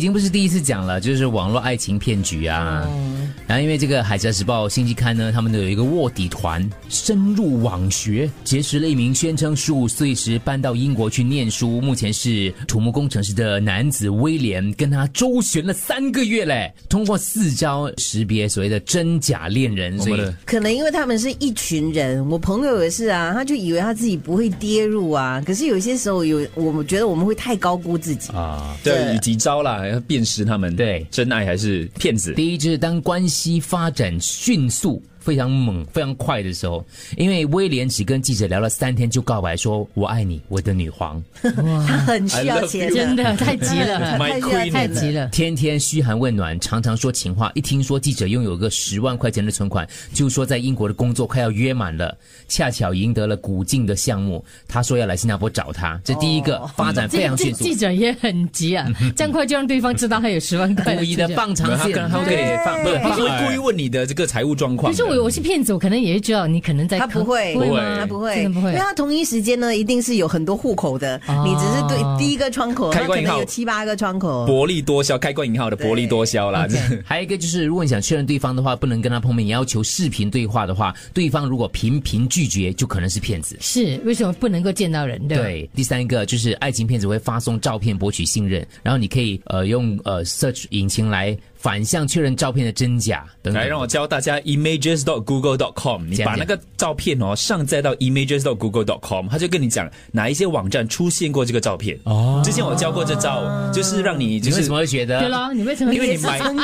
已经不是第一次讲了，就是网络爱情骗局啊。嗯然后因为这个《海峡时报》新季刊呢，他们有一个卧底团深入网学，结识了一名宣称十五岁时搬到英国去念书，目前是土木工程师的男子威廉，跟他周旋了三个月嘞，通过四招识别所谓的真假恋人。所我以们的可能因为他们是一群人，我朋友也是啊，他就以为他自己不会跌入啊，可是有些时候有，我们觉得我们会太高估自己。啊，对对以及招啦，要辨识他们对真爱还是骗子。第一就是当关系发展迅速、非常猛、非常快的时候，因为威廉只跟记者聊了三天就告白说“我爱你，我的女皇他很需要钱啊 I love 的，真的太急了， My 太需要 queen 太钱急了。了”，。天天嘘寒问暖，常常说情话。一听说记者拥有个十万块钱的存款，就说在英国的工作快要约满了，恰巧赢得了古镜的项目，他说要来新加坡找他。这第一个、发展非这常这迅速哦记，者也很急啊，嗯这样快就让对方知道他有十万块故意的出去。放没有长他线跟，他会跟你放，不是，他是会故意问你的这个财务状况的。可是我我是骗子，我可能也会知道你可能在他坑。不会，会吗吗他不真会，的不因为会。他同一时间呢，一定是有很多户口的，哦你只是对第一个窗口，开他关可引号能有七八个窗口。薄利多销，开关银行的薄利多销啦，对这 OK 还有一个就是，如果你想确认对方的话，不能跟他碰面，也要求视频对话的话，对方如果频频拒绝，就可能是骗子。是为什么不能够见到人？对吧，对，第三个就是爱情骗子会发送照片博取信任，然后你可以呃用呃 search 引擎来反向确认照片的真假等等。来让我教大家 images dot google dot com，你讲把那个照片哦上载到 images dot google dot com，他就跟你讲哪一些网站出现过这个照片。哦，之前我教过这招，就是让你就你为是什么会觉对得？咯，你为什么？因为也你是买曾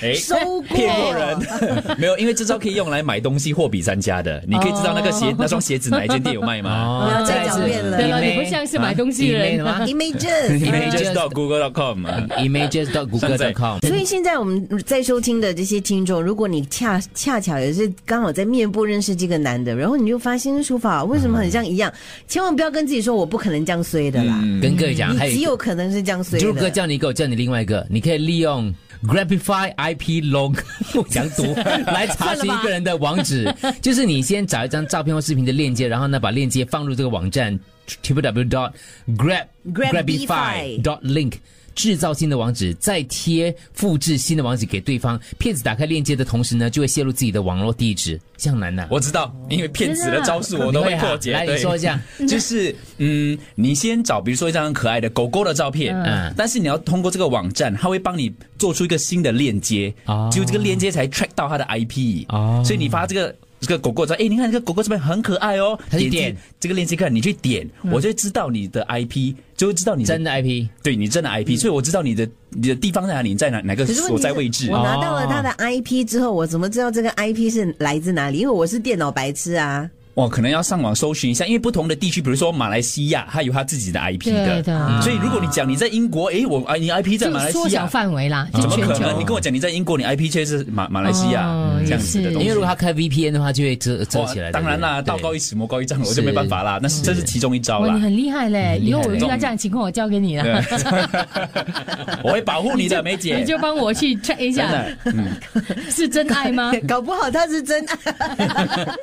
经收过，哎骗过 人，没有，因为这招可以用来买东西货比三家的，你可以知道那个鞋、那双鞋子哪一间店有卖吗？不要哦再再来狡是辩了对了， email 你不像是买东西的人啊 email 的吗 images。 images dot google dot com， ？images dot google dot com。所以现在我们在收听的这些听众，如果你恰恰巧也是刚好在面部认识这个男的，然后你就发现说法啊为什么很像一样，千万不要跟自己说我不可能这样衰的啦，嗯跟各位讲，还哎有你极一个有可能是这样衰朱哥的。叫你一个，我叫你另外一个，你可以利用 Grabify IP log 强读来查询一个人的网 址，就是你先找一张照片或视频的链接，然后呢把链接放入这个网站 www dot grab Grabify dot link。制造新的网址，再贴复制新的网址给对方。骗子打开链接的同时呢，就会泄露自己的网络地址，这样难呐、我知道，因为骗子的招数我你都会会啊破解。来对你说一下， 就是嗯，你先找比如说一张可爱的狗狗的照片，嗯但是你要通过这个网站，它会帮你做出一个新的链接哦，只有这个链接才 track 到它的 IP，哦所以你发这个。这个狗狗说：“哎，你看这个狗狗这边很可爱哦，它去进点嗯这个链接看，你去点，我就会知道你的 IP，就会知道你的真的嗯 IP 对你真的 IP，、所以我知道你的你的地方在哪里，你在哪哪个可是问题所是在位置哦我。拿到了他的 IP 之后，我怎么知道这个 IP 是来自哪里？因为我是电脑白痴啊。哇，可能要上网搜寻一下，因为不同的地区，比如说马来西亚，它有它自己的 IP 的。对的嗯所以如果你讲你在英国，诶，我啊你 IP 嗯在就马来缩西小亚，范围啦，就怎么全可球能？你跟我讲你在英国，你 IP 却是马马来西亚、哦这样子的也是因东西为。如果他开 VPN 的话，就会遮遮哇起来的。当然啦，对道不对高一尺，魔高一丈，我就是没办法啦。那是这是其中一招哇，啦嗯你，很厉害嘞！厉以害后我遇这到种这样的情况，我交给你了， 我会保护你的，梅姐你。就帮我 去 check 一真嗯下，的。 是真爱吗？搞不好他是真爱。